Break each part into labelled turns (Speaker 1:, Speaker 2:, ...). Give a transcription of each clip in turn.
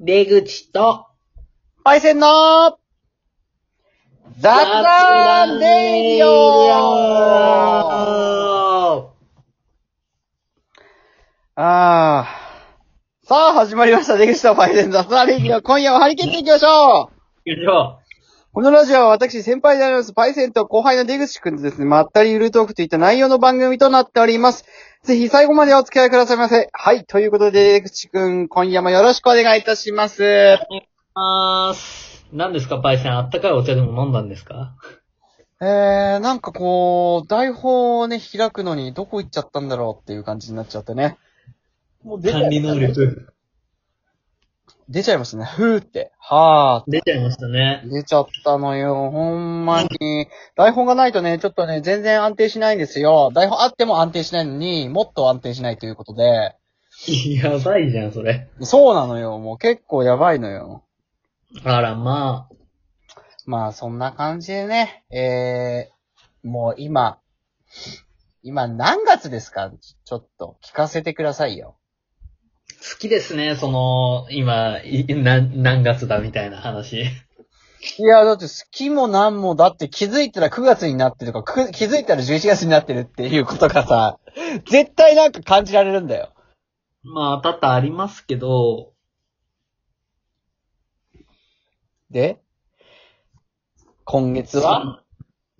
Speaker 1: 出口と、
Speaker 2: パイセンの雑談レイディオあー。さあ、始まりました。出口とパイセンの雑談レイディオ。今夜は張り切っていきましょう
Speaker 1: よいしょ
Speaker 2: このラジオは私、先輩であります、パイセンと後輩の出口くんとですね、まったりゆるトークといった内容の番組となっております。ぜひ最後までお付き合いくださいませ。はい。ということで、出口くん、今夜もよろしくお願いいたします。
Speaker 1: あーす。何ですか、パイセン。あったかいお茶でも飲んだんですか
Speaker 2: えー、なんかこう、台本をね、開くのにどこ行っちゃったんだろうっていう感じになっちゃってね。もう出ちゃい
Speaker 1: 管理能力。
Speaker 2: 出ちゃいましたね。ふーって。は
Speaker 1: 出ちゃいましたね
Speaker 2: ー。。出ちゃったのよ。ほんまに。台本がないとね、ちょっとね、全然安定しないんですよ。台本あっても安定しないのに、もっと安定しないということで。
Speaker 1: やばいじゃん、それ。
Speaker 2: そうなのよ。もう結構やばいのよ。
Speaker 1: あら、まあ。
Speaker 2: まあ、そんな感じでね。えー、もう今、今何月ですかちょっと聞かせてくださいよ。
Speaker 1: 好きですね、その、今、い何何月だみたいな話。
Speaker 2: いや、だって好きもなんも、だって気づいたら9月になってるとか、く気づいたら11月になってるっていうことがさ、 絶対なんか感じられるんだよ。
Speaker 1: まあ、多々ありますけど、
Speaker 2: で今月は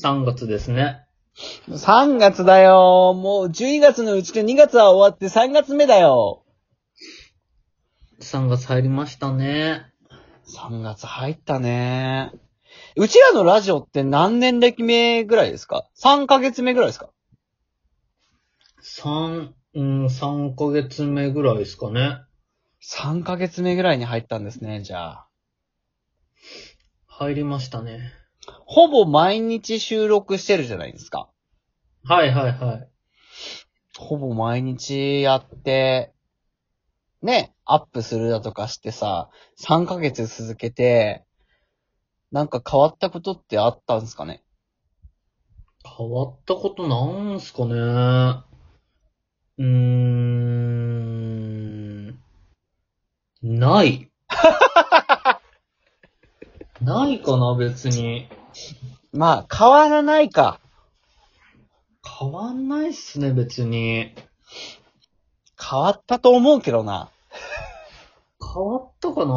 Speaker 1: ?3 月ですね。
Speaker 2: ?3 月だよ。もう12月のうちで2月は終わって3月目だよ。
Speaker 1: 3月入りましたね。
Speaker 2: 3月入ったね。うちらのラジオって何年歴目ぐらいですか ?3 ヶ月目ぐらいですか
Speaker 1: 3、うん、3ヶ月目ぐらいですかね。
Speaker 2: ?3 ヶ月目ぐらいに入ったんですね、じゃあ。
Speaker 1: 入りましたね。
Speaker 2: ほぼ毎日収録してるじゃないですか。
Speaker 1: はいはいはい。
Speaker 2: ほぼ毎日やって、ね、アップするだとかしてさ、3ヶ月続けて、なんか変わったことってあったんですかね
Speaker 1: 変わったことなんすかね。うーん。 ない。ないかな、別に。
Speaker 2: まあ、変わらないか。
Speaker 1: 変わんないっすね、別に。
Speaker 2: 変わったと思うけどな。
Speaker 1: 変わったかな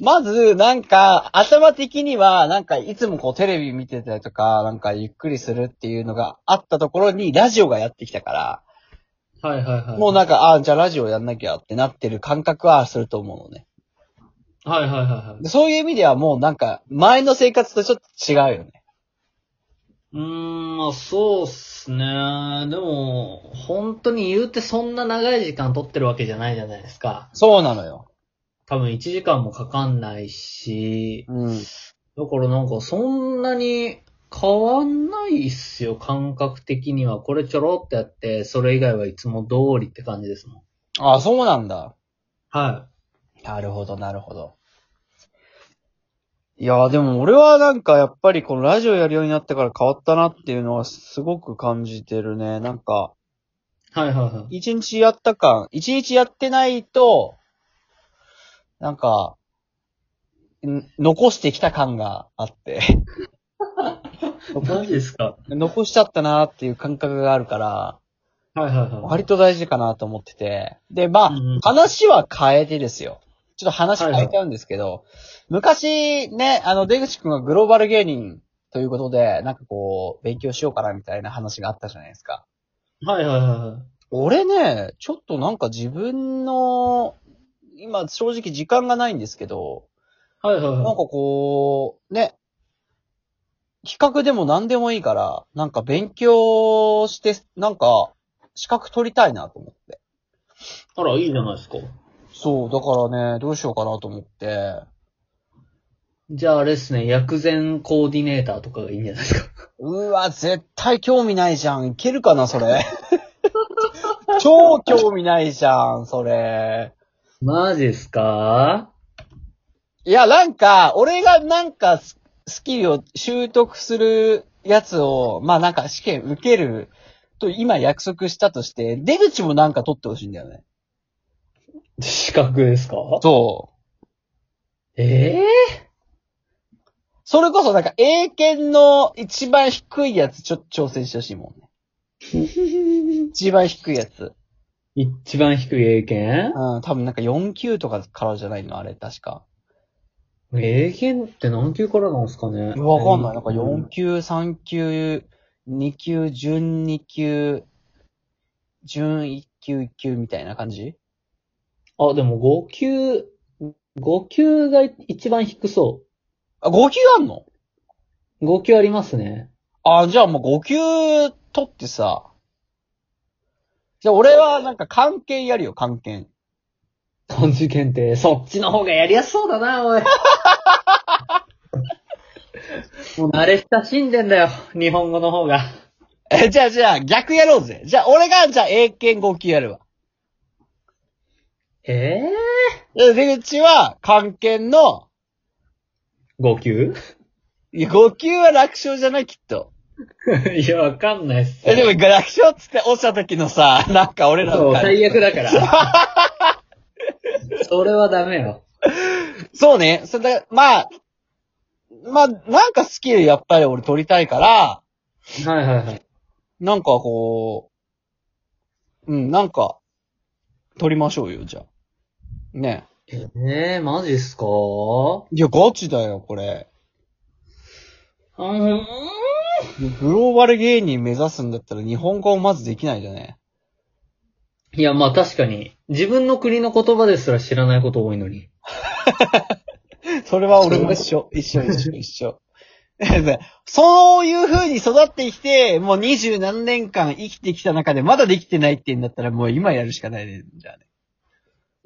Speaker 2: まず、なんか、頭的には、なんか、いつもこう、テレビ見てたりとか、なんか、ゆっくりするっていうのがあったところに、ラジオがやってきたから、
Speaker 1: はいはいはい。
Speaker 2: もうなんか、ああ、じゃあラジオやんなきゃってなってる感覚はすると思うのね。
Speaker 1: はいはいはいはい。
Speaker 2: でそういう意味ではもうなんか、前の生活とちょっと違うよね。
Speaker 1: うーん、まあそうっすね。でも、本当に言うてそんな長い時間取ってるわけじゃないじゃないですか。
Speaker 2: そうなのよ。
Speaker 1: 多分1時間もかかんないし、
Speaker 2: うん。
Speaker 1: だからなんかそんなに変わんないっすよ、感覚的には。これちょろっとやって、それ以外はいつも通りって感じですもん。
Speaker 2: あ、そうなんだ。
Speaker 1: は
Speaker 2: なるほど、なるほど。いやーでも俺はなんかやっぱりこのラジオやるようになってから変わったなっていうのはすごく感じてるね。なんか、
Speaker 1: い。はいはいはい。
Speaker 2: 一日やった感、一日やってないと、なんか、ん残してきた感があ って、
Speaker 1: マジですか
Speaker 2: 残しちゃったなーっていう感覚があるから、
Speaker 1: はいはいはい。
Speaker 2: 割と大事かなと思ってて。で、まあ、
Speaker 1: うんうん
Speaker 2: 話は変えてですよ。ちょっと話変えちゃうんですけど、昔ね、あの、出口くんがグローバル芸人ということで、なんかこう、勉強しようかなみたいな話があったじゃないですか。
Speaker 1: はいはいは
Speaker 2: 俺ね、ちょっとなんか自分の、今正直時間がないんですけど、
Speaker 1: い。はいはい
Speaker 2: なんか
Speaker 1: は
Speaker 2: こう、ね、企画でも何でもいいから、なんか勉強して、なんか、資格取りたいなと思って。
Speaker 1: い。あら、いいじゃないですか。
Speaker 2: そう、だからね、どうしようかなと思って。
Speaker 1: じゃああれっすね、薬膳コーディネーターとかがいいんじゃないですか。
Speaker 2: うわ、絶対興味ないじゃん。いけるかな、それ。超興味ないじゃん、それ。
Speaker 1: マジですか
Speaker 2: いや、なんか、俺がなんかス、スキルを習得するやつを、まあなんか試験受けると今約束したとして、出口もなんか取ってほしいんだよね。
Speaker 1: 資格ですか
Speaker 2: そう。
Speaker 1: ええ
Speaker 2: それこそなんか、英検の一番低いやつ、ちょっと挑戦してほしいもんね。一番低いやつ。
Speaker 1: 一番低い英検
Speaker 2: うん、多分なんか4級とかからじゃないの、あれ、確か。
Speaker 1: 英検って何級からなんですかね
Speaker 2: わかんない。なんか4級、3級、2級、準2級、準1級、1級みたいな感じ
Speaker 1: あ、でも5級、5級が一番低そ
Speaker 2: あ、5級あんの
Speaker 1: う。5級ありますね。
Speaker 2: あ、じゃあもう5級取ってさ。じゃあ俺はなんか関係やるよ、関係。
Speaker 1: 漢字検定。そっちの方がやりやすそうだな、 おい。もう慣れ親しんでんだよ。日本語の方が。
Speaker 2: え、じゃあじゃあ逆やろうぜ。じゃあ俺がじゃあ英検5級やるわ。
Speaker 1: ええ
Speaker 2: で出口は関係の、
Speaker 1: 5級
Speaker 2: いや5級は楽勝じゃないきっと。
Speaker 1: いや、わかんないっす。
Speaker 2: え、でも、楽勝っつって落ちた時のさ、 なんか俺ら
Speaker 1: そ
Speaker 2: の
Speaker 1: う、
Speaker 2: 感じ
Speaker 1: 最悪だ から。それはダメよ。
Speaker 2: そうね。それだからまあ、まあ、なんかスキルやっぱり俺取りたいから、
Speaker 1: はいはいはい。
Speaker 2: なんかこう、うん、なんか、取りましょうよ、じゃあ。ね
Speaker 1: ええマジっすか
Speaker 2: いや、ガチだよ、これ。
Speaker 1: うん。
Speaker 2: グローバル芸人目指すんだったら日本語をまずできないじゃね。
Speaker 1: いや、まあ確かに。自分の国の言葉ですら知らないこと多いのに。
Speaker 2: それは俺も一緒、一緒、一緒、一緒。 そういう風に育ってきて、もう二十何年間生きてきた中でまだできてないって言うんだったらもう今やるしかないね、じゃあね。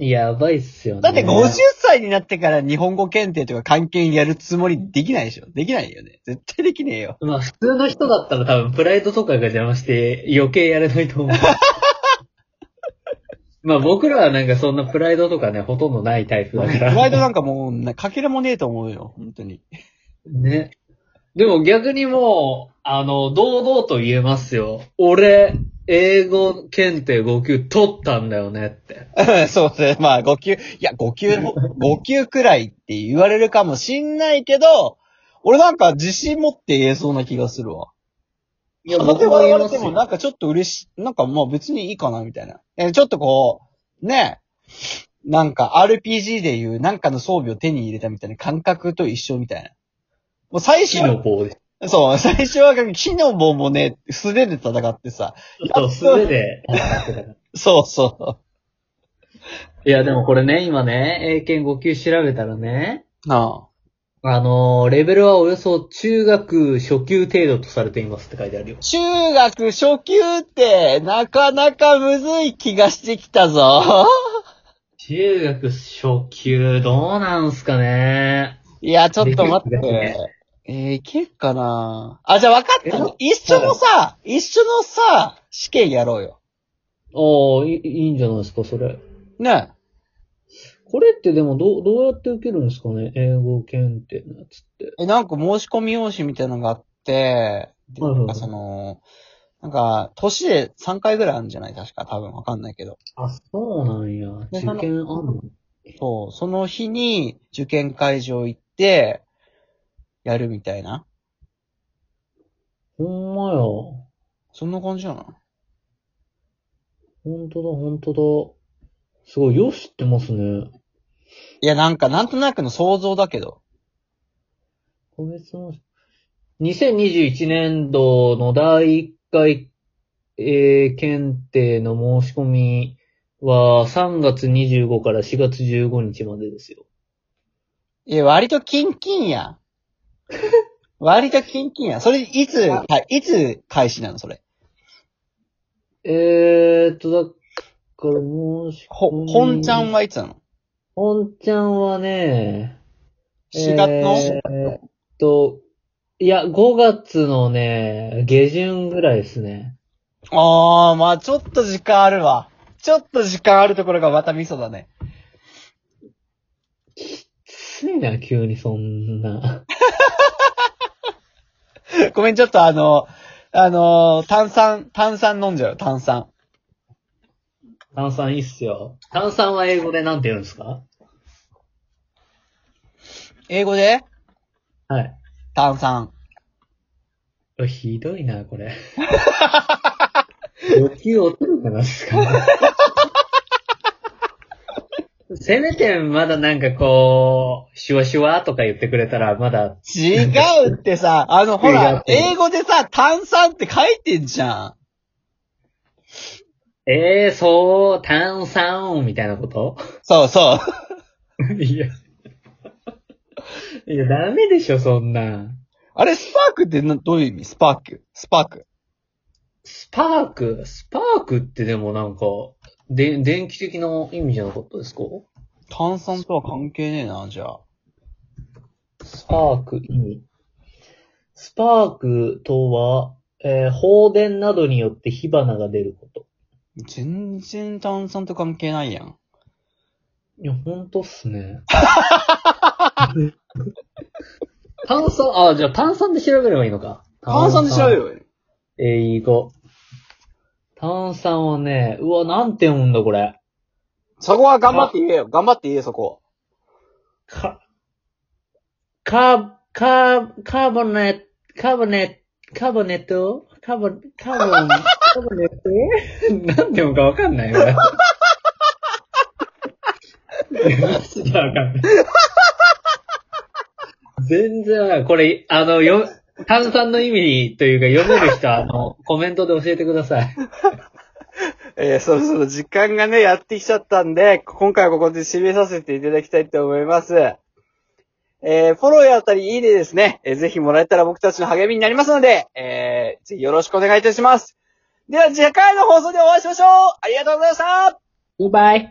Speaker 1: やばいっすよね。
Speaker 2: だって50歳になってから日本語検定とか関係やるつもりできないでしょできないよね。絶対できねえよ。
Speaker 1: まあ普通の人だったら多分プライドとかが邪魔して余計やれない と思う。まあ僕らはなんかそんなプライドとかね、ほとんどないタイプ
Speaker 2: プ
Speaker 1: だから。
Speaker 2: ライドなんかもうな、かけらもねえと思うよ。本当に。
Speaker 1: ね。でも逆にもう、あの、堂々と言えますよ。俺、英語検定5級取ったんだよねって。
Speaker 2: そうですね。まあ5級、いや5級の、5級くらいって言われるかもしんないけど、俺なんか自信持って言えそうな気がするわ。
Speaker 1: いや、
Speaker 2: 片
Speaker 1: 僕
Speaker 2: 手
Speaker 1: も
Speaker 2: 割
Speaker 1: 言え
Speaker 2: られ
Speaker 1: ま
Speaker 2: て
Speaker 1: す
Speaker 2: もな
Speaker 1: よ。
Speaker 2: んかちょっと嬉し、なんかまあ別にいいかなみたいな。えーちょっとこう、ねえ、なんか RPG でいうなんかの装備を手に入れたみたいな感覚と一緒みたいな。もう最初
Speaker 1: 木、の棒で。
Speaker 2: そう、最初は木の棒もね、素手で戦ってさ。
Speaker 1: そう、素手で戦ってたから。
Speaker 2: そうそ
Speaker 1: いや、でもこれね、今ね、英検5級調べたらね、
Speaker 2: う。なあ。
Speaker 1: あのレベルはおよそ中学初級程度とされていますって書いてあるよ。
Speaker 2: 中学初級ってなかなかむずい気がしてきたぞ。
Speaker 1: 中学初級、どうなんすかね
Speaker 2: いや、ちょっと待っ
Speaker 1: できる気が
Speaker 2: て
Speaker 1: し。
Speaker 2: えー、いけっかなあ、じゃあ分かっ
Speaker 1: え
Speaker 2: た。一緒のさ、一緒のさ、試験やろうよ。
Speaker 1: ああ、いいいいんじゃないですか、それ。
Speaker 2: ね
Speaker 1: これってでもどう、どうやって受けるんですかね英語検定のやつって。
Speaker 2: え。え、なんか申し込み用紙みたいなのがあって、で、
Speaker 1: はいはい
Speaker 2: なんかその、なんか、年で3回ぐらいあるんじゃない確か、多分分かんないけど。
Speaker 1: あ、そうなんや。
Speaker 2: ね
Speaker 1: 受験あんの
Speaker 2: そう、その日に受験会場行って、やるみたいな。
Speaker 1: ほんまや。ほ
Speaker 2: そんな感じじゃない
Speaker 1: んとだ、ほんとだ。すごい、よしってますね。
Speaker 2: いや、なんか、なんとなくの想像だけど。
Speaker 1: 個別の、2021年度の第1回、えー検定の申し込みは3月25から4月15日までですよ。
Speaker 2: いや、割とキンキ ンや。割とキンキンや。それ、いつ、はい、いつ開始なのそれ。
Speaker 1: えーっと、だから申し
Speaker 2: ほ、
Speaker 1: 込み。
Speaker 2: 本ちゃんはいつなの
Speaker 1: 本ちゃんはね、
Speaker 2: ?4 月の、
Speaker 1: えーっと、いや、5月のね、下旬ぐらいですね。
Speaker 2: あー、まあちょっと時間あるわ。ちょっと時間あるところがまたミソだね。
Speaker 1: ついな、急にそんな。
Speaker 2: ごめん、ちょっとあの、あの、炭酸、炭酸飲んじゃうよ、炭酸。
Speaker 1: 炭酸いいっすよ。炭酸は英語でなんて言うんですか
Speaker 2: 英語で
Speaker 1: はい。
Speaker 2: 炭酸。
Speaker 1: うわひどいな、こ れ。呼吸劣るかな、すか、 せめてまだなんかこう、シュワシュワとか言ってくれたら、まだ、
Speaker 2: 違うっ てさ、あの、ほ
Speaker 1: 違う
Speaker 2: ら
Speaker 1: っ、て
Speaker 2: 英語でさ、炭酸って書いてんじゃん。
Speaker 1: えー、そう、炭酸、みたいなこと
Speaker 2: そうそう。
Speaker 1: いや。 いや、ダメでしょ、そんな。
Speaker 2: あれ、スパークってなどういう意味スパーク。スパーク。
Speaker 1: スパーク、スパークってでもなんか、で、電気的な意味じゃなかったですか
Speaker 2: 炭酸とは関係ねえな、じゃあ。
Speaker 1: スパーク、意味。スパークとは、えー放電などによって火花が出ること。
Speaker 2: 全然炭酸と関係ないやん。
Speaker 1: いや、ほんとっすね。 炭酸、あ、じゃあ炭酸で調べればいいのか。
Speaker 2: 炭酸でしょよ。
Speaker 1: 英語。炭酸はね、うわ、なんて読むんだ、これ。
Speaker 2: そこは頑張って言えよ。頑張って言えよ、そこ。
Speaker 1: か、か、か、カーボネ、カーボネ、カーボネットカーボ、カーボン、カーボネットなんて読むかわかんないよ、俺。マジでわかんない。全然わかんない。これ、あの、よ、炭酸の意味というか読める人は、あの、コメントで教えてください。
Speaker 2: えー、そろそろ時間がね、やってきちゃったんで、今回はここで締めさせていただきたいと思います。えー、フォローやったり、いいねですね、えーぜひもらえたら僕たちの励みになりますので、えー、ぜひよろしくお願いいたします。では、次回の放送でお会いしましょうありがとうございました
Speaker 1: バイバイ。